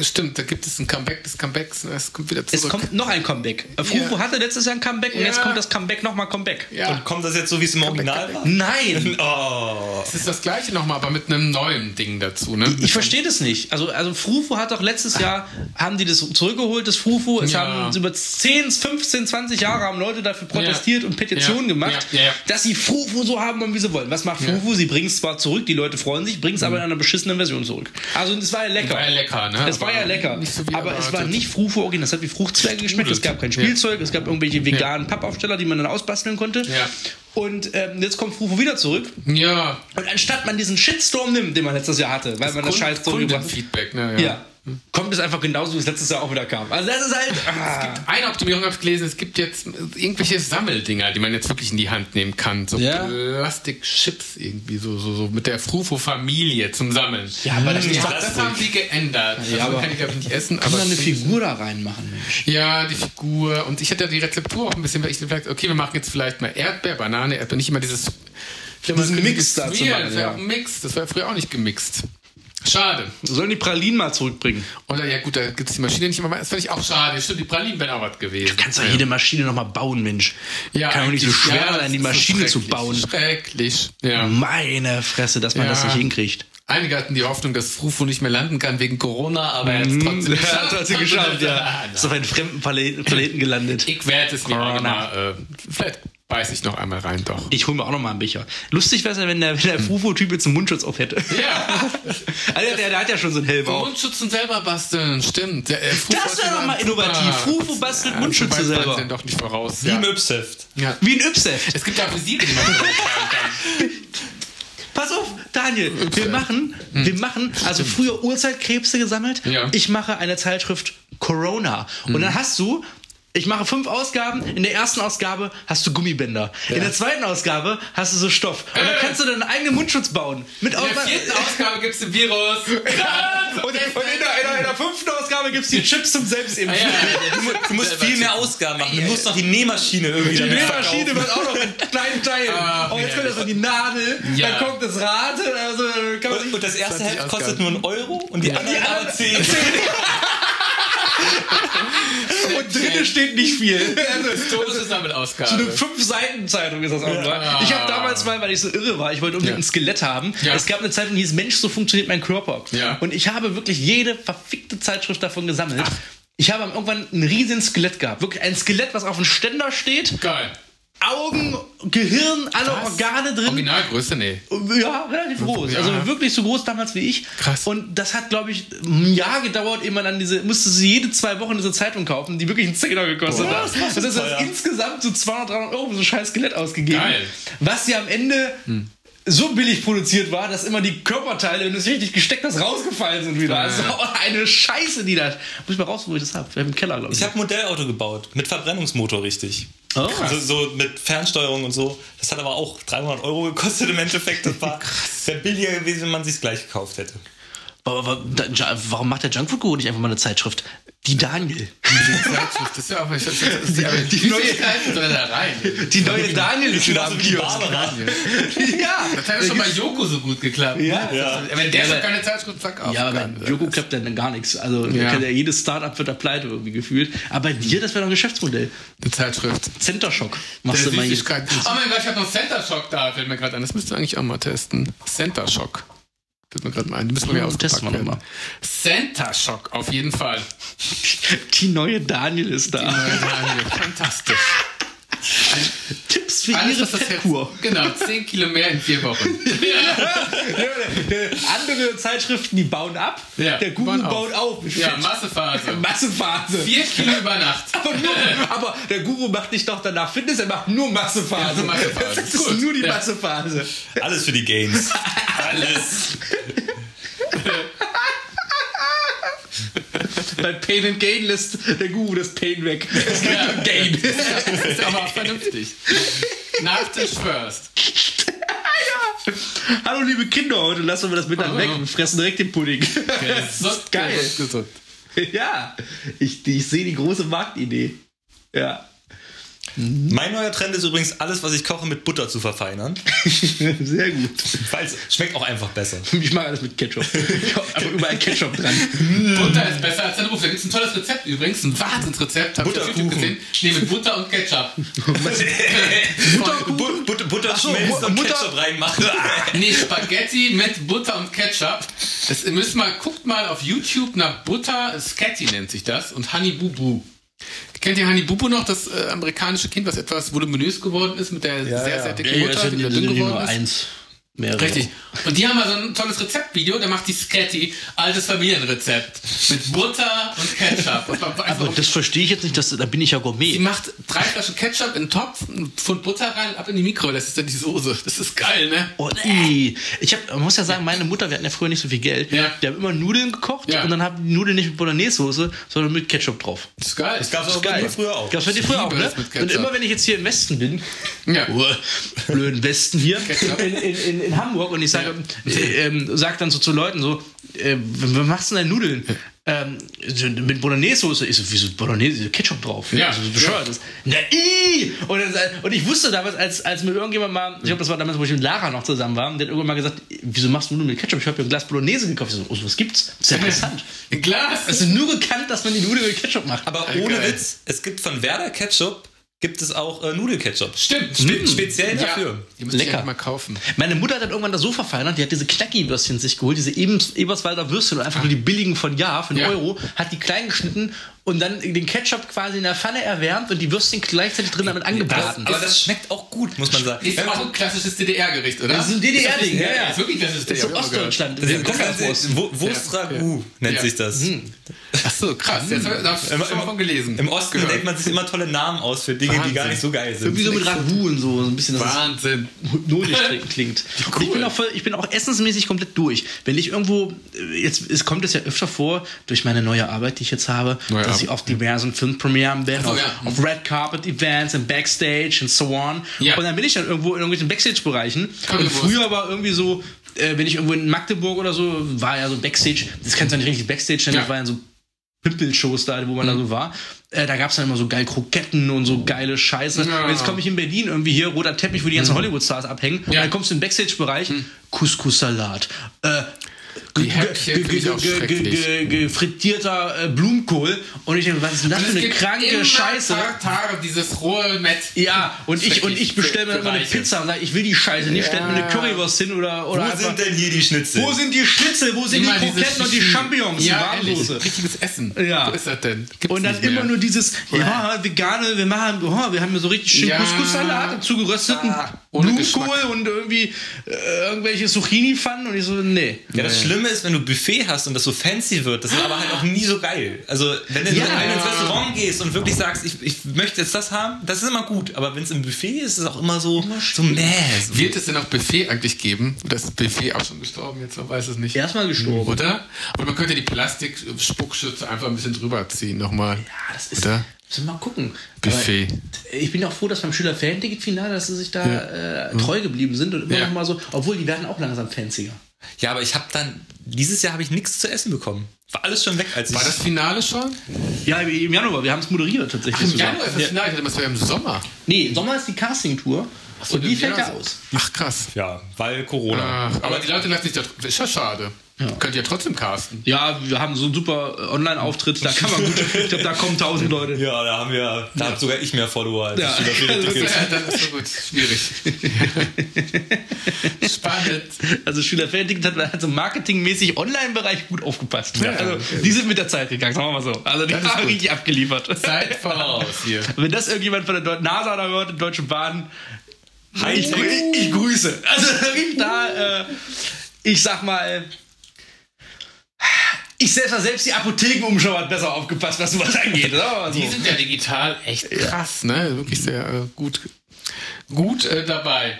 Speaker 1: Stimmt, da gibt es ein Comeback des Comebacks. Es kommt wieder zurück.
Speaker 2: Es kommt noch ein Comeback. Äh, Fufu hatte letztes Jahr ein Comeback und
Speaker 1: Also Ja.
Speaker 2: jetzt kommt das Comeback nochmal Comeback.
Speaker 1: ja.
Speaker 3: Und kommt das jetzt so, wie es im Original war?
Speaker 2: Nein!
Speaker 3: Oh.
Speaker 1: es ist das gleiche nochmal, aber mit einem neuen Ding dazu, ne?
Speaker 2: Ich verstehe das nicht. Also, also Frufu hat doch letztes Jahr, haben die das zurückgeholt, das Frufu. Es
Speaker 1: Ja.
Speaker 2: haben über 10, 15, 20 Jahre haben Leute dafür protestiert
Speaker 1: Ja.
Speaker 2: und Petitionen
Speaker 1: Ja.
Speaker 2: gemacht,
Speaker 1: Ja. Ja, ja.
Speaker 2: dass sie Frufu so haben und wie sie wollen. Was macht Frufu? Sie bringen es zwar zurück, die Leute freuen sich, bringen es aber in einer beschissenen Version zurück. Also es war ja lecker.
Speaker 1: Mhm. War ja lecker, ne?
Speaker 2: Es war ja
Speaker 1: Aber
Speaker 2: lecker.
Speaker 1: nicht so wie
Speaker 2: aber es war
Speaker 1: erwartet.
Speaker 2: nicht Frufu Original. Das hat wie Fruchtzwerge geschmeckt. Es gab kein Spielzeug, es gab irgendwelche veganen Pappaufsteller, die man dann ausbasteln konnte.
Speaker 1: Ja.
Speaker 2: Und ähm, jetzt kommt Frufu wieder zurück.
Speaker 1: Ja.
Speaker 2: Und anstatt man diesen Shitstorm nimmt, den man letztes Jahr hatte, weil man das Scheiß zurückgebracht hat,
Speaker 1: Kundenfeedback, ne?
Speaker 2: ja. Kommt es einfach genauso, wie es letztes Jahr auch wieder kam. Also das ist halt. Ah.
Speaker 1: Eine Optimierung habe ich gelesen, es gibt jetzt irgendwelche Sammeldinger, die man jetzt wirklich in die Hand nehmen kann. So
Speaker 2: Ja.
Speaker 1: Plastikchips irgendwie, so, so, so mit der Frufo-Familie zum Sammeln. Ja,
Speaker 2: aber
Speaker 1: das,
Speaker 2: das ist
Speaker 1: das haben sie geändert. Also
Speaker 2: aber-
Speaker 1: kann ich glaube ich nicht essen, aber.
Speaker 2: Figur da reinmachen, Mensch.
Speaker 1: Ja, die Figur. Und ich hätte die Rezeptur auch ein bisschen, weil ich vielleicht, okay, wir machen jetzt vielleicht mal Erdbeer, Banane, Erdbeer, nicht immer dieses.
Speaker 2: Diesen Mix da zu
Speaker 1: Ja,
Speaker 2: machen,
Speaker 1: Das war
Speaker 2: ja.
Speaker 1: auch ein Mix, das war früher auch nicht gemixt. Schade.
Speaker 2: Sollen die Pralinen mal zurückbringen?
Speaker 1: Oder ja gut, da gibt es die Maschine nicht mehr. Das fand ich auch schade. Stimmt, die Pralinen wären auch was gewesen.
Speaker 2: Kannst doch jede Maschine nochmal bauen, Mensch. Kann doch nicht so
Speaker 1: eigentlich,
Speaker 2: schwer
Speaker 1: ja,
Speaker 2: sein, die
Speaker 1: das ist
Speaker 2: Maschine zu
Speaker 1: schrecklich,
Speaker 2: bauen. Mhm.
Speaker 1: Schrecklich. Ja.
Speaker 2: Meine Fresse, dass man
Speaker 1: Ja.
Speaker 2: das nicht hinkriegt.
Speaker 1: Einige hatten die Hoffnung, dass Rufo nicht mehr landen kann wegen Corona, aber er hat es trotzdem
Speaker 2: Mhm. Er hat trotzdem geschafft, ja.
Speaker 1: Ah, na.
Speaker 2: Ist auf einen fremden Pale- Planeten gelandet.
Speaker 1: Ich werde es mir auch noch
Speaker 2: Corona.
Speaker 1: mal, äh, Vielleicht beiß ich noch einmal rein, doch.
Speaker 2: Ich hole mir auch nochmal einen Becher. Lustig wäre es ja, wenn der, wenn der Fufo-Typ jetzt einen Mundschutz auf hätte.
Speaker 1: Hm. Ja.
Speaker 2: Alter, der, der hat ja schon so einen hellblau.
Speaker 1: Mundschützen selber basteln, stimmt. Der, äh, Frufo
Speaker 2: Das
Speaker 1: hat
Speaker 2: wäre doch
Speaker 1: immer-
Speaker 2: mal innovativ.
Speaker 1: Ah.
Speaker 2: Frufo bastelt Mundschütze
Speaker 1: so weit
Speaker 2: selber.
Speaker 1: waren sie denn doch nicht voraus.
Speaker 3: Wie
Speaker 1: Ja.
Speaker 3: im Übseft.
Speaker 1: Ja.
Speaker 2: Wie ein Ypsef.
Speaker 1: Es gibt ja auch Siegel, die man so tragen kann.
Speaker 2: Pass auf, Daniel, wir machen, wir machen, also früher Urzeitkrebse gesammelt.
Speaker 1: Hm. Ja. Hm.
Speaker 2: Ich mache eine Zeitschrift Corona. Und dann hast du, ich mache fünf Ausgaben. In der ersten Ausgabe hast du Gummibänder. In der zweiten Ausgabe hast du so Stoff. Und dann
Speaker 1: Äh.
Speaker 2: kannst du deinen eigenen Mundschutz bauen. Mit
Speaker 1: In der vierten Ausgabe gibt es ein Virus.
Speaker 2: und, und in, der, in, der, in der fünften Ausgabe gibt es die Chips zum Selbstimpfen.
Speaker 1: Ja, ja.
Speaker 3: Du, mu- du musst
Speaker 1: Selber
Speaker 3: viel
Speaker 1: zu-
Speaker 3: mehr Ausgaben machen. Du musst noch die Nähmaschine irgendwie
Speaker 2: Die
Speaker 3: damit
Speaker 2: Nähmaschine wird auch noch in kleinen Teilen.
Speaker 1: Ach,
Speaker 2: oh, jetzt
Speaker 1: ja.
Speaker 2: kommt das noch die Nadel,
Speaker 1: Ja.
Speaker 2: dann kommt das Rad. Also, dann kann man
Speaker 3: verkaufen.
Speaker 2: sich
Speaker 3: Und, und das erste
Speaker 1: 20
Speaker 3: Heft
Speaker 1: Ausgaben.
Speaker 3: kostet nur einen Euro und die anderen
Speaker 2: die
Speaker 3: aber
Speaker 2: anderen-
Speaker 3: 10.
Speaker 2: Und drinnen steht nicht viel.
Speaker 1: Historische Sammelausgabe.
Speaker 2: Eine Fünf-Seiten-Zeitung ist das auch nur.
Speaker 1: Ja.
Speaker 2: Ich habe damals mal, weil ich so irre war, ich wollte unbedingt
Speaker 1: Ja.
Speaker 2: ein Skelett haben.
Speaker 1: Ja.
Speaker 2: Es gab eine Zeitung, die hieß Mensch, so funktioniert mein Körper.
Speaker 1: Ja.
Speaker 2: Und ich habe wirklich jede verfickte Zeitschrift davon gesammelt. Ich habe irgendwann ein riesen Skelett gehabt. Wirklich ein Skelett, was auf dem Ständer steht.
Speaker 1: Geil.
Speaker 2: Augen, Gehirn, alle
Speaker 1: Was?
Speaker 2: Organe drin.
Speaker 1: Originalgröße, nee.
Speaker 2: Ja, relativ groß.
Speaker 1: Ja.
Speaker 2: Also wirklich so groß damals wie ich.
Speaker 1: Krass.
Speaker 2: Und das hat, glaube ich, ein Jahr gedauert, ehe man an diese, musste sie jede zwei Wochen diese Zeitung kaufen, die wirklich einen Zehner gekostet
Speaker 1: Boah,
Speaker 2: hat.
Speaker 1: das
Speaker 2: Das, ist
Speaker 3: teuer.
Speaker 2: jetzt insgesamt so 200, 300 Euro für so ein scheiß Skelett ausgegeben.
Speaker 1: Geil.
Speaker 2: Was ja am Ende so billig produziert war, dass immer die Körperteile, wenn du es richtig gesteckt hast, rausgefallen sind wieder.
Speaker 1: Ja.
Speaker 2: Also eine Scheiße, die da. Muss ich mal raus, wo ich das habe. Wir haben im Keller, glaube ich.
Speaker 3: Ich habe ein Modellauto gebaut. Mit Verbrennungsmotor, richtig.
Speaker 2: Oh.
Speaker 3: Also so mit Fernsteuerung und so. Das hat aber auch 300 Euro gekostet im Endeffekt. Das war wäre billiger gewesen, wenn man sich gleich gekauft hätte.
Speaker 2: aber, aber, da, ja, warum macht der Junkfood Guru nicht einfach mal eine Zeitschrift? Die Daniel.
Speaker 1: Das ist ja auch. Das ist ja, die, die neue Zeiten soll da rein.
Speaker 2: Die neue Daniel ist wieder
Speaker 3: so
Speaker 2: am
Speaker 3: wie die
Speaker 2: Kiosk.
Speaker 3: Barbara.
Speaker 2: Ja.
Speaker 1: Das hat ja schon bei Joko so gut geklappt.
Speaker 2: Ja.
Speaker 3: Ja.
Speaker 1: Wenn der schon keine Zeitschrift zack auf.
Speaker 2: Ja, aber bei Joko klappt dann gar nichts. Also
Speaker 1: Ja.
Speaker 2: kann ja jedes Startup wird da pleite irgendwie gefühlt. Aber bei dir, das wäre doch ein Geschäftsmodell.
Speaker 1: Eine Zeitschrift.
Speaker 2: Center Shock.
Speaker 1: Der
Speaker 2: Machst du mal jetzt.
Speaker 1: Süßigkeiten. Oh mein Gott, ich habe noch Center Shock da, fällt mir gerade an. Das müsst ihr eigentlich auch mal testen. Center Shock. Fällt mir gerade mal ein. Die müssen wir
Speaker 2: Ja,
Speaker 1: ja ausgepackt
Speaker 2: Hm, testen wir
Speaker 1: werden.
Speaker 2: noch mal.
Speaker 1: Center Shock, auf jeden Fall.
Speaker 2: Die neue Daniel ist da.
Speaker 1: Fantastisch.
Speaker 2: Tipps für
Speaker 1: Alles,
Speaker 2: ihre
Speaker 1: was das
Speaker 2: Fettkur.
Speaker 1: jetzt, genau, 10 Kilo mehr in vier Wochen.
Speaker 2: Andere Zeitschriften, die bauen ab.
Speaker 1: Ja,
Speaker 2: Der Guru
Speaker 1: bauen auf.
Speaker 2: baut auf.
Speaker 1: Ja,
Speaker 2: Fett.
Speaker 1: Massephase.
Speaker 2: Massephase.
Speaker 1: 4 Kilo über Nacht.
Speaker 2: Aber, nur, aber der Guru macht nicht doch danach Fitness, er macht nur Massephase.
Speaker 1: Ja, nur Massephase.
Speaker 2: Das ist
Speaker 1: Gut.
Speaker 2: nur die
Speaker 1: Ja.
Speaker 2: Massephase.
Speaker 3: Alles für die Gains. Alles.
Speaker 2: Bei Pain and Gain lässt der Guru das Pain weg. Es geht um Gain.
Speaker 1: Das ist aber auch vernünftig. Nachtisch first.
Speaker 2: Hallo liebe Kinder, heute lassen wir das Mittag
Speaker 1: Hallo.
Speaker 2: weg und fressen direkt den Pudding. Das ist geil.
Speaker 1: Gesund, gesund.
Speaker 2: Ja, ich, ich sehe die große Marktidee. Ja.
Speaker 3: Mein neuer Trend ist übrigens, alles, was ich koche, mit Butter zu verfeinern.
Speaker 2: Sehr gut.
Speaker 3: Weil es schmeckt auch einfach besser.
Speaker 2: Ich mag alles mit Ketchup. Ich hab einfach überall Ketchup dran.
Speaker 1: Butter ist besser als der Ruf. Da gibt es ein tolles Rezept übrigens, ein Wahnsinnsrezept, habe ich auf YouTube
Speaker 3: Butterkuchen.
Speaker 1: gesehen. Nee, mit Butter und Ketchup.
Speaker 3: Bu Butter, Butter
Speaker 2: so,
Speaker 3: schmelzt
Speaker 2: Mu-
Speaker 3: und
Speaker 2: Mutter-
Speaker 3: Ketchup reinmachen.
Speaker 1: Nee, Spaghetti mit Butter und Ketchup. Das, ihr müsst mal, guckt mal auf YouTube nach Butter, Sketty nennt sich das, und Honey Boo Boo. Kennt ihr Honey Boo Boo noch, das äh, amerikanische Kind, was etwas voluminös geworden ist, mit der sehr, sehr dicken Mutter, die wieder dünn geworden ist?
Speaker 2: eins. Mehrere.
Speaker 1: Richtig. Und die haben mal so ein tolles Rezeptvideo, da macht die Sketty altes Familienrezept mit Butter und Ketchup. Und man weiß
Speaker 2: Aber
Speaker 1: auch,
Speaker 2: das verstehe ich jetzt nicht, dass, da bin ich ja
Speaker 1: die
Speaker 2: Gourmet.
Speaker 1: macht drei Flaschen Ketchup in den Topf, einen Pfund Butter rein, ab in die Mikrowelle, das ist dann die Soße. Das ist geil, ne?
Speaker 2: Oh, nee. Ich hab, man muss ja sagen, meine Mutter, wir hatten ja früher nicht so viel Geld.
Speaker 1: Ja.
Speaker 2: Die haben immer Nudeln gekocht
Speaker 1: Ja.
Speaker 2: und dann haben die Nudeln nicht mit Bolognese-Soße, sondern mit Ketchup drauf.
Speaker 1: Das ist geil. Also, Das
Speaker 3: gab's auch bei mir früher auch.
Speaker 2: Gab's bei dir früher auch,
Speaker 1: liebe
Speaker 2: ne?
Speaker 1: es mit
Speaker 2: Und
Speaker 1: Ketchup.
Speaker 2: immer wenn ich jetzt hier im Westen bin,
Speaker 1: Ja.
Speaker 2: Uah, blöden Westen hier,
Speaker 1: Ketchup.
Speaker 2: in, in, in, in Hamburg und ich sage, äh, ähm, sag dann so zu Leuten so, äh, was machst du denn da Nudeln? Ähm, so mit Bolognese-Soße. Ich so, wieso Bolognese? Ketchup drauf.
Speaker 1: Ja.
Speaker 2: Also, so bescheuert ist. Na, ii! und, dann, sa- und ich wusste damals, als, als mir irgendjemand mal, ich glaube, das war damals, wo ich mit Lara noch zusammen war, der hat irgendwann mal gesagt, wieso machst du Nudeln mit Ketchup? Ich habe mir ein Glas Bolognese gekauft. Ich so, oh, was gibt's? Das ist ja interessant.
Speaker 1: Ein Glas.
Speaker 2: Hast du nur gekannt, dass man die Nudeln mit Ketchup macht?
Speaker 3: Aber
Speaker 1: Ja,
Speaker 3: ohne
Speaker 1: geil.
Speaker 3: Witz, es gibt von Werder Ketchup, gibt es auch äh, Nudelketchup.
Speaker 1: Stimmt.
Speaker 3: Spe speziell
Speaker 1: Hm. Ja,
Speaker 3: dafür.
Speaker 1: die müsst ihr
Speaker 2: Lecker.
Speaker 1: einfach mal kaufen.
Speaker 2: Meine Mutter hat dann irgendwann das so verfeinert, die hat diese Knacki-Würstchen sich geholt, diese Ebens Eberswalder Würstchen, einfach nur die billigen von Ja, für einen
Speaker 1: Ja.
Speaker 2: Euro, hat die klein geschnitten und dann den Ketchup quasi in der Pfanne erwärmt und die Würstchen gleichzeitig drin damit
Speaker 3: Das,
Speaker 2: angebraten.
Speaker 3: aber das schmeckt auch gut, muss man sagen.
Speaker 1: Ist
Speaker 3: Wenn
Speaker 1: auch ein
Speaker 3: man,
Speaker 1: klassisches DDR-Gericht, oder?
Speaker 2: Das ist ein DDR-Ding, ja, ja.
Speaker 1: Ist wirklich ein klassisches
Speaker 2: das ist in
Speaker 1: DDR-Gericht.
Speaker 2: Ostdeutschland.
Speaker 3: das
Speaker 2: in
Speaker 3: das
Speaker 2: Kockerwurst.
Speaker 3: ganze Wu- Wurstragu nennt
Speaker 1: Ja.
Speaker 3: sich das.
Speaker 1: Ach so, krass. Jetzt habe ich
Speaker 3: Hm. Im-
Speaker 1: schon mal
Speaker 3: im-
Speaker 1: von gelesen.
Speaker 3: Im Osten
Speaker 1: Gehört.
Speaker 3: denkt man sich immer tolle Namen aus für Dinge, die gar
Speaker 1: Wahnsinn.
Speaker 3: nicht so geil sind.
Speaker 2: Irgendwie so mit Ragout und so, so ein bisschen, dass es
Speaker 1: Wahnsinn.
Speaker 2: hypnotisch kling- klingt. Und Ich,
Speaker 1: Cool.
Speaker 2: bin auch voll, ich bin auch essensmäßig komplett durch. Wenn ich irgendwo, äh, jetzt es kommt es ja öfter vor, durch meine neue Arbeit, die ich jetzt habe,
Speaker 1: Neue
Speaker 2: dass ich
Speaker 1: Arbeit.
Speaker 2: auf diversen Filmpremieren bin,
Speaker 1: so,
Speaker 2: auf,
Speaker 1: ja.
Speaker 2: auf Red Carpet Events und Backstage und so on.
Speaker 1: Ja.
Speaker 2: Und dann bin ich dann irgendwo in irgendwelchen Backstage-Bereichen. Und
Speaker 1: Currywurst.
Speaker 2: früher war irgendwie so, äh, wenn ich irgendwo in Magdeburg oder so, war ja so Backstage, das kannst du ja nicht richtig Backstage nennen,
Speaker 1: Ja. Mhm.
Speaker 2: das war ja so Pimpelshows da, wo man da so war. Äh, da gab es dann immer so geil Kroketten und so geile Scheiße.
Speaker 1: Ja.
Speaker 2: Und jetzt komme ich in Berlin irgendwie hier, roter Teppich, wo die ganzen Hollywood-Stars abhängen. Und
Speaker 1: Mhm. Ja. Mhm.
Speaker 2: dann kommst du im Backstage-Bereich, Couscous-Salat. Äh,
Speaker 1: Die
Speaker 2: ge-
Speaker 1: Häppchen
Speaker 2: ge-
Speaker 1: finde ich
Speaker 2: ge-
Speaker 1: auch
Speaker 2: ge-
Speaker 1: schrecklich.
Speaker 2: ge- ge- Frittierter äh, Blumenkohl. Und ich denke, was ist denn das
Speaker 1: Und
Speaker 2: für eine kranke
Speaker 1: immer
Speaker 2: Scheiße?
Speaker 1: Tartare, dieses rohe Met.
Speaker 2: Ja, und ich, und ich bestelle mir
Speaker 1: Schrecklich
Speaker 2: immer eine
Speaker 1: für Reiche.
Speaker 2: Pizza und sage, ich will die Scheiße nicht, stell mir eine Currywurst hin oder, oder
Speaker 3: Wo
Speaker 2: einfach-
Speaker 3: sind denn hier die Schnitzel?
Speaker 2: wo sind die Schnitzel, wo sind die
Speaker 1: Immer dieses
Speaker 2: Kroketten und die
Speaker 1: Shishi.
Speaker 2: Champignons?
Speaker 1: Ja,
Speaker 2: die
Speaker 1: ehrlich.
Speaker 2: Warmsoße.
Speaker 1: Richtiges Essen.
Speaker 2: Ja.
Speaker 1: Wo ist das denn? Gibt's
Speaker 2: Und dann
Speaker 1: nicht mehr.
Speaker 2: immer nur dieses, ja,
Speaker 1: Ja.
Speaker 2: vegane, wir machen, oh, wir haben hier so richtig schön
Speaker 1: Ja.
Speaker 2: Couscous-Salat dazu gerösteten
Speaker 1: Ah, ohne
Speaker 2: Blumenkohl und irgendwie äh, irgendwelche Zucchini-Pfannen und ich so, nee.
Speaker 3: Ja, das Schlimme ist, wenn du Buffet hast und das so fancy wird, das ist aber halt auch nie so geil. Also, wenn du,
Speaker 2: Ja.
Speaker 3: wenn du ins Restaurant gehst und wirklich sagst, ich, ich möchte jetzt das haben, das ist immer gut. Aber wenn es im Buffet ist, ist es auch immer so, so mäh. So.
Speaker 1: Wird es denn auch Buffet eigentlich geben? Das ist Buffet auch schon gestorben, jetzt man weiß es nicht.
Speaker 2: Erstmal gestorben.
Speaker 1: Oder? Und man könnte die Plastik-Spuckschütze einfach ein bisschen drüber ziehen nochmal. Ja,
Speaker 2: Das ist,
Speaker 1: Oder?
Speaker 2: müssen wir mal gucken.
Speaker 1: Buffet.
Speaker 2: Aber ich bin auch froh, dass beim schüler fan ticket finale dass sie sich da äh, treu geblieben sind und immer
Speaker 1: Ja.
Speaker 2: noch mal so, obwohl die werden auch langsam fanziger.
Speaker 3: Ja, aber ich habe dann, dieses Jahr habe ich nichts zu essen bekommen. War alles schon weg, als ich.
Speaker 1: War das Finale schon?
Speaker 2: Ja, im Januar, wir haben es moderiert tatsächlich
Speaker 1: Im
Speaker 2: zusammen.
Speaker 1: Januar ist das Finale, ich hatte das war im Sommer.
Speaker 2: Nee, im Sommer ist die Casting-Tour und die
Speaker 1: im
Speaker 2: fällt ja
Speaker 1: Januar-
Speaker 2: aus.
Speaker 1: Ach krass.
Speaker 3: Ja, weil Corona.
Speaker 1: Ach, aber die Leute lassen sich da. Ist ja schade. Könnt ihr ja trotzdem casten.
Speaker 2: Ja, wir haben so einen super äh, Online-Auftritt, da kann man gut, ich glaube, da kommen tausend Leute.
Speaker 3: Ja, da haben wir, da hab sogar ich mehr Follower als
Speaker 2: Ja.
Speaker 3: ich über
Speaker 1: Das
Speaker 3: Tickets.
Speaker 1: ist, ja, das ist so gut. Schwierig. Spannend.
Speaker 2: Also Schüler Ferndickens hat also marketingmäßig Online-Bereich gut aufgepasst.
Speaker 1: Ja.
Speaker 2: also die sind mit der Zeit gegangen, sagen wir mal so. Also die
Speaker 1: Das ist
Speaker 2: haben
Speaker 1: gut.
Speaker 2: richtig abgeliefert.
Speaker 1: Zeit voraus hier.
Speaker 2: Wenn das irgendjemand von der Deut- NASA da hört, der Deutschen Bahn, ich,
Speaker 3: Hightech.
Speaker 2: grü- ich grüße. Also da, äh, ich sag mal, ich selbst, selbst die Apothekenumschau hat besser aufgepasst, was sowas angeht. Sagen wir mal so.
Speaker 1: Die sind ja digital echt krass, ne? Wirklich sehr äh, gut, gut äh, dabei.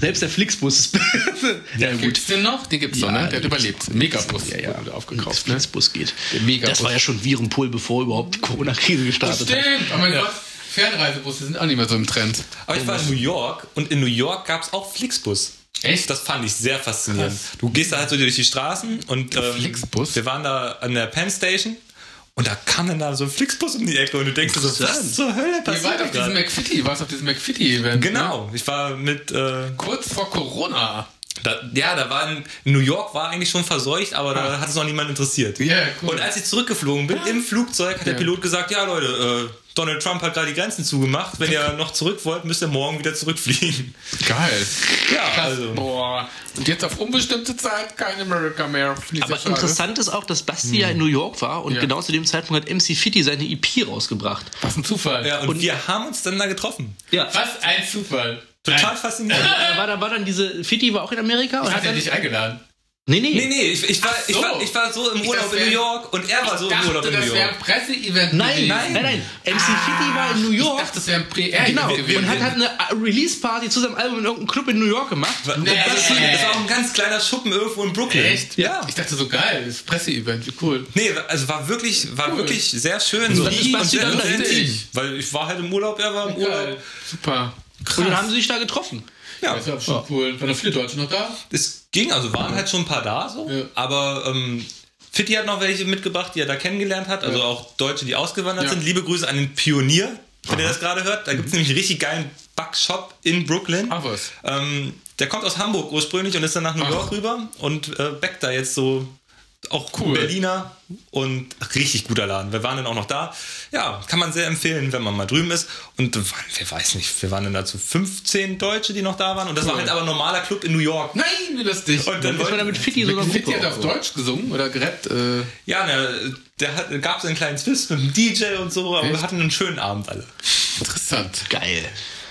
Speaker 2: Selbst der Flixbus ist ja,
Speaker 1: Gibt's den noch? Den gibt's noch, ne? Der hat überlebt. Megabus
Speaker 2: Ja, ja.
Speaker 1: wurde
Speaker 2: Auf
Speaker 1: aufgekauft, ne?
Speaker 2: Flixbus geht.
Speaker 1: Der Megabus.
Speaker 2: Das war ja schon Virenpol, bevor überhaupt die Corona-Krise gestartet hat.
Speaker 1: Stimmt! Oh mein Gott, Fernreisebusse sind auch nicht mehr so im Trend.
Speaker 3: Aber ich war in New York und in New York gab es auch Flixbus.
Speaker 1: Echt?
Speaker 3: Das fand ich sehr faszinierend. Du gehst da halt so durch die Straßen und ähm,
Speaker 1: Flixbus?
Speaker 3: wir waren da an der Penn Station Und da kam dann da so ein Flixbus um die Ecke und du denkst dir so, was zur Hölle
Speaker 1: Ihr
Speaker 3: passiert
Speaker 1: wart
Speaker 3: da
Speaker 1: auf diesem
Speaker 3: gerade?
Speaker 1: McFitty, warst auf diesem McFitty-Event. Ne?
Speaker 3: Genau, ich war mit, äh,
Speaker 1: Kurz vor Corona.
Speaker 3: da, ja, da war in, New York war eigentlich schon verseucht, aber da hat es noch niemand interessiert.
Speaker 1: Ah. Ja, cool.
Speaker 3: Und als ich zurückgeflogen bin, im Flugzeug, hat der
Speaker 1: Ja.
Speaker 3: Pilot gesagt, ja Leute, äh, Donald Trump hat gerade die Grenzen zugemacht, wenn ihr noch zurück wollt, müsst ihr morgen wieder zurückfliegen.
Speaker 1: Geil.
Speaker 3: Ja,
Speaker 1: Krass.
Speaker 3: also.
Speaker 1: Boah. Und jetzt auf unbestimmte Zeit kein America mehr. Finde ich
Speaker 2: Aber
Speaker 1: sehr schade.
Speaker 2: interessant ist auch, dass Basti Mhm. ja in New York war und
Speaker 1: Ja.
Speaker 2: genau zu dem Zeitpunkt hat MC Fitty seine EP rausgebracht.
Speaker 1: Was ein Zufall.
Speaker 3: Ja, und, wir haben uns dann da getroffen.
Speaker 2: Ja.
Speaker 1: Was ein Zufall.
Speaker 3: Total
Speaker 1: Nein,
Speaker 3: faszinierend.
Speaker 2: Da war, da war dann diese Fitty war auch in Amerika und
Speaker 1: Ich
Speaker 2: hat
Speaker 1: hatte
Speaker 2: dann,
Speaker 1: dich eingeladen.
Speaker 2: nee, nee,
Speaker 3: Nee, nee, ich, ich, war,
Speaker 1: Ach
Speaker 3: ich,
Speaker 1: so.
Speaker 3: war, ich war so im
Speaker 1: Ich
Speaker 3: Urlaub
Speaker 1: dachte,
Speaker 3: in
Speaker 1: das
Speaker 3: New
Speaker 1: wär-
Speaker 3: York und er war so im
Speaker 1: dachte,
Speaker 3: Urlaub in
Speaker 1: das
Speaker 3: New
Speaker 1: wäre
Speaker 3: York.
Speaker 1: ein Presseevent
Speaker 2: Nein,
Speaker 1: gewesen.
Speaker 2: nein,
Speaker 3: Nein.
Speaker 2: nein, MC Fitty war in New
Speaker 1: Ich
Speaker 2: York.
Speaker 1: dachte, das wäre ein Pre-Air
Speaker 2: genau.
Speaker 1: gewesen.
Speaker 2: Und hat halt eine Release-Party zu seinem Album in irgendeinem Club in New York gemacht.
Speaker 3: Und
Speaker 1: Nee.
Speaker 3: Das, das war auch ein ganz kleiner Schuppen irgendwo in Brooklyn.
Speaker 1: Echt?
Speaker 3: Ja.
Speaker 1: Ich dachte so geil, das Presseevent, wie cool.
Speaker 3: Nee, also war wirklich, war
Speaker 1: Cool.
Speaker 3: wirklich sehr schön. So
Speaker 2: dann ist
Speaker 3: lieb
Speaker 2: Basti
Speaker 3: sehr
Speaker 2: dann da
Speaker 3: nett.
Speaker 1: hinten.
Speaker 3: Weil ich war halt im Urlaub, er war im
Speaker 1: Geil.
Speaker 3: Urlaub.
Speaker 1: Super.
Speaker 2: Und dann haben sie sich da getroffen.
Speaker 3: Ja,
Speaker 1: Das war schon cool. Waren da viele Deutsche noch da?
Speaker 3: es ging, also waren halt schon ein paar da so.
Speaker 1: Ja.
Speaker 3: Aber ähm, Fitti hat noch welche mitgebracht, die er da kennengelernt hat. Also
Speaker 1: Ja.
Speaker 3: auch Deutsche, die ausgewandert
Speaker 1: Ja. Mhm.
Speaker 3: sind. Liebe Grüße an den Pionier, wenn ihr das gerade hört. Da gibt es nämlich einen richtig geilen Backshop in Brooklyn.
Speaker 1: Ach was.
Speaker 3: Ähm, der kommt aus Hamburg ursprünglich und ist dann nach New
Speaker 1: Ach.
Speaker 3: York rüber und äh, backt da jetzt so auch
Speaker 1: Cool.
Speaker 3: Berliner und richtig guter Laden. Wir waren dann auch noch da. Ja, kann man sehr empfehlen, wenn man mal drüben ist. Und wir waren, wir weiß nicht, wir waren dann dazu 15 Deutsche, die noch da waren. Und das war
Speaker 1: Cool.
Speaker 3: halt aber ein normaler Club in New York.
Speaker 1: Nein, wie lustig.
Speaker 3: Und dann
Speaker 2: Ist man
Speaker 3: wollten,
Speaker 2: da mit Fitty so einer
Speaker 1: Mit Fitti
Speaker 2: Gruppe
Speaker 1: hat auf
Speaker 2: auch so.
Speaker 1: Deutsch gesungen oder gerappt. Äh,
Speaker 3: ja, ne, der hat, gab es einen kleinen Twist mit dem DJ und so, aber wir
Speaker 1: Echt?
Speaker 3: hatten einen schönen Abend alle.
Speaker 1: interessant.
Speaker 2: Geil.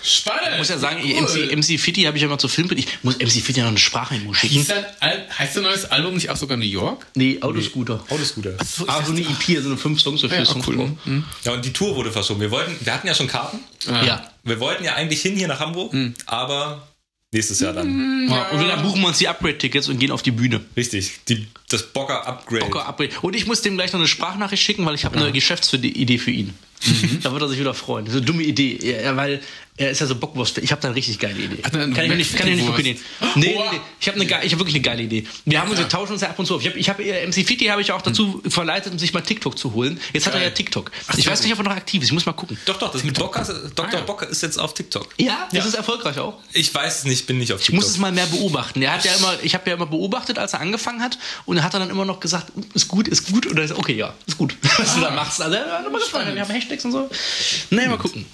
Speaker 1: Spannend.
Speaker 2: Ich muss ja sagen,
Speaker 1: cool.
Speaker 2: MC, MC Fitty habe ich ja mal zu Filmbild. Ich muss MC Fitty noch eine Sprachmemo schicken.
Speaker 1: Hieß dein Al heißt dein neues Album nicht auch sogar New York?
Speaker 2: Nee, Autoscooter.
Speaker 3: Autoscooter.
Speaker 1: So, ich
Speaker 2: Ah, so eine EP, so eine fünf Songs so vier
Speaker 1: ja,
Speaker 2: Songs.
Speaker 1: cool.
Speaker 2: drauf.
Speaker 1: Mhm.
Speaker 3: Ja, und die Tour wurde verschoben. Wir, wollten, wir hatten ja schon Karten.
Speaker 1: Ah.
Speaker 2: Ja.
Speaker 3: Wir wollten ja eigentlich hin hier nach Hamburg, aber nächstes Jahr dann.
Speaker 2: Und dann buchen wir uns die Upgrade-Tickets und gehen auf die Bühne.
Speaker 3: Richtig, die, das Bocker-Upgrade.
Speaker 2: Bocker, Upgrade. Und ich muss dem gleich noch eine Sprachnachricht schicken, weil ich habe eine Geschäftsidee für ihn.
Speaker 1: Mhm.
Speaker 2: Da wird er sich wieder freuen. Das ist eine dumme Idee, ja, ja, weil er ist ja so Bockwurst. Ich habe da eine richtig geile Idee.
Speaker 1: Hat er
Speaker 2: kann
Speaker 1: eine
Speaker 2: ich mir nicht, kann ich mir nicht kopieren.
Speaker 1: Wurst?
Speaker 2: Nee, nee,
Speaker 1: Oha.
Speaker 2: nee. Ich habe eine ge- ich hab wirklich eine geile Idee. Wir haben uns, wir tauschen uns ja ab und zu auf. Ich habe, ich hab, äh, MC Fiti habe ich auch dazu
Speaker 1: Mhm.
Speaker 2: verleitet, um sich mal TikTok zu holen. Jetzt hat er ja TikTok. ich weiß nicht, ob er noch aktiv ist. Ich muss mal gucken.
Speaker 3: Doch, doch, das mit Bocker, Dr.
Speaker 1: Ah, ja.
Speaker 3: Bocker ist jetzt auf TikTok.
Speaker 2: Ja, das ist erfolgreich auch.
Speaker 3: Ich weiß es nicht, bin nicht auf
Speaker 2: Ich
Speaker 3: TikTok.
Speaker 2: muss es mal mehr beobachten. Er hat ja immer, ich habe ja immer beobachtet, als er angefangen hat, und er hat dann immer noch gesagt, ist gut, ist gut, oder ist okay, ja, ist gut, was du da machst. Also er hat immer gefallen. Wir haben Hashtags und so. Naja, mal gucken.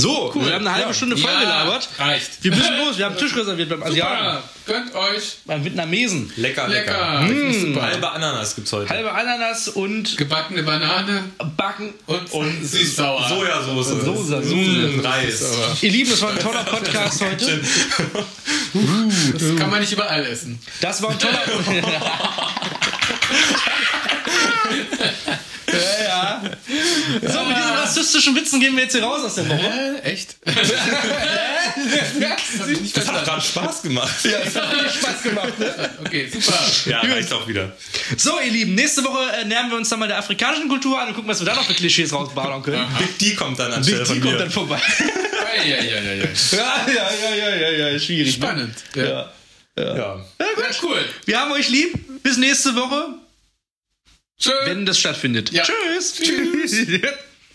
Speaker 2: So, wir haben eine halbe Stunde voll gelabert.
Speaker 1: Ja, reicht.
Speaker 2: Wir müssen los, wir haben Tisch reserviert beim Asiaten,
Speaker 1: Super. Ah, Gönnt euch.
Speaker 2: beim Vietnamesen.
Speaker 3: lecker, lecker.
Speaker 1: Lecker. Hm. Ich find's super.
Speaker 3: Halbe Ananas gibt's heute.
Speaker 2: Halbe Ananas und
Speaker 1: Gebackene Banane
Speaker 2: Backen.
Speaker 1: und, und süß-sauer.
Speaker 3: Sojasauce.
Speaker 2: Soße.
Speaker 3: Mm, Reis.
Speaker 1: Süß-sauer.
Speaker 2: Ihr Lieben, das war ein toller Podcast heute.
Speaker 1: Das kann man nicht überall essen.
Speaker 2: Das war ein toller. ja, ja. So, mit diesen rassistischen Witzen gehen wir jetzt hier raus aus der Woche.
Speaker 1: Äh, echt? das hab ich nicht
Speaker 3: Das hat
Speaker 1: verstanden.
Speaker 3: gerade Spaß gemacht. Ja,
Speaker 2: Das hat richtig Spaß gemacht, ne?
Speaker 1: Okay, super.
Speaker 3: reicht auch wieder.
Speaker 2: So, ihr Lieben, nächste Woche äh, nähern wir uns dann mal der afrikanischen Kultur an und gucken, was wir da noch für Klischees rausballern können.
Speaker 3: Big D kommt dann anstelle
Speaker 2: Big
Speaker 3: von
Speaker 2: T
Speaker 3: mir.
Speaker 2: kommt dann vorbei.
Speaker 1: Ja, ja, ja, ja, ja.
Speaker 2: ja, ja, ja, ja, ja, ja, schwierig. ne?
Speaker 1: Spannend. Ja. Ja.
Speaker 2: Ja.
Speaker 3: ja.
Speaker 1: cool.
Speaker 2: Wir haben euch lieb. Bis nächste Woche,
Speaker 1: Schön.
Speaker 2: wenn das stattfindet.
Speaker 1: Ja.
Speaker 2: Tschüss. Tschüss.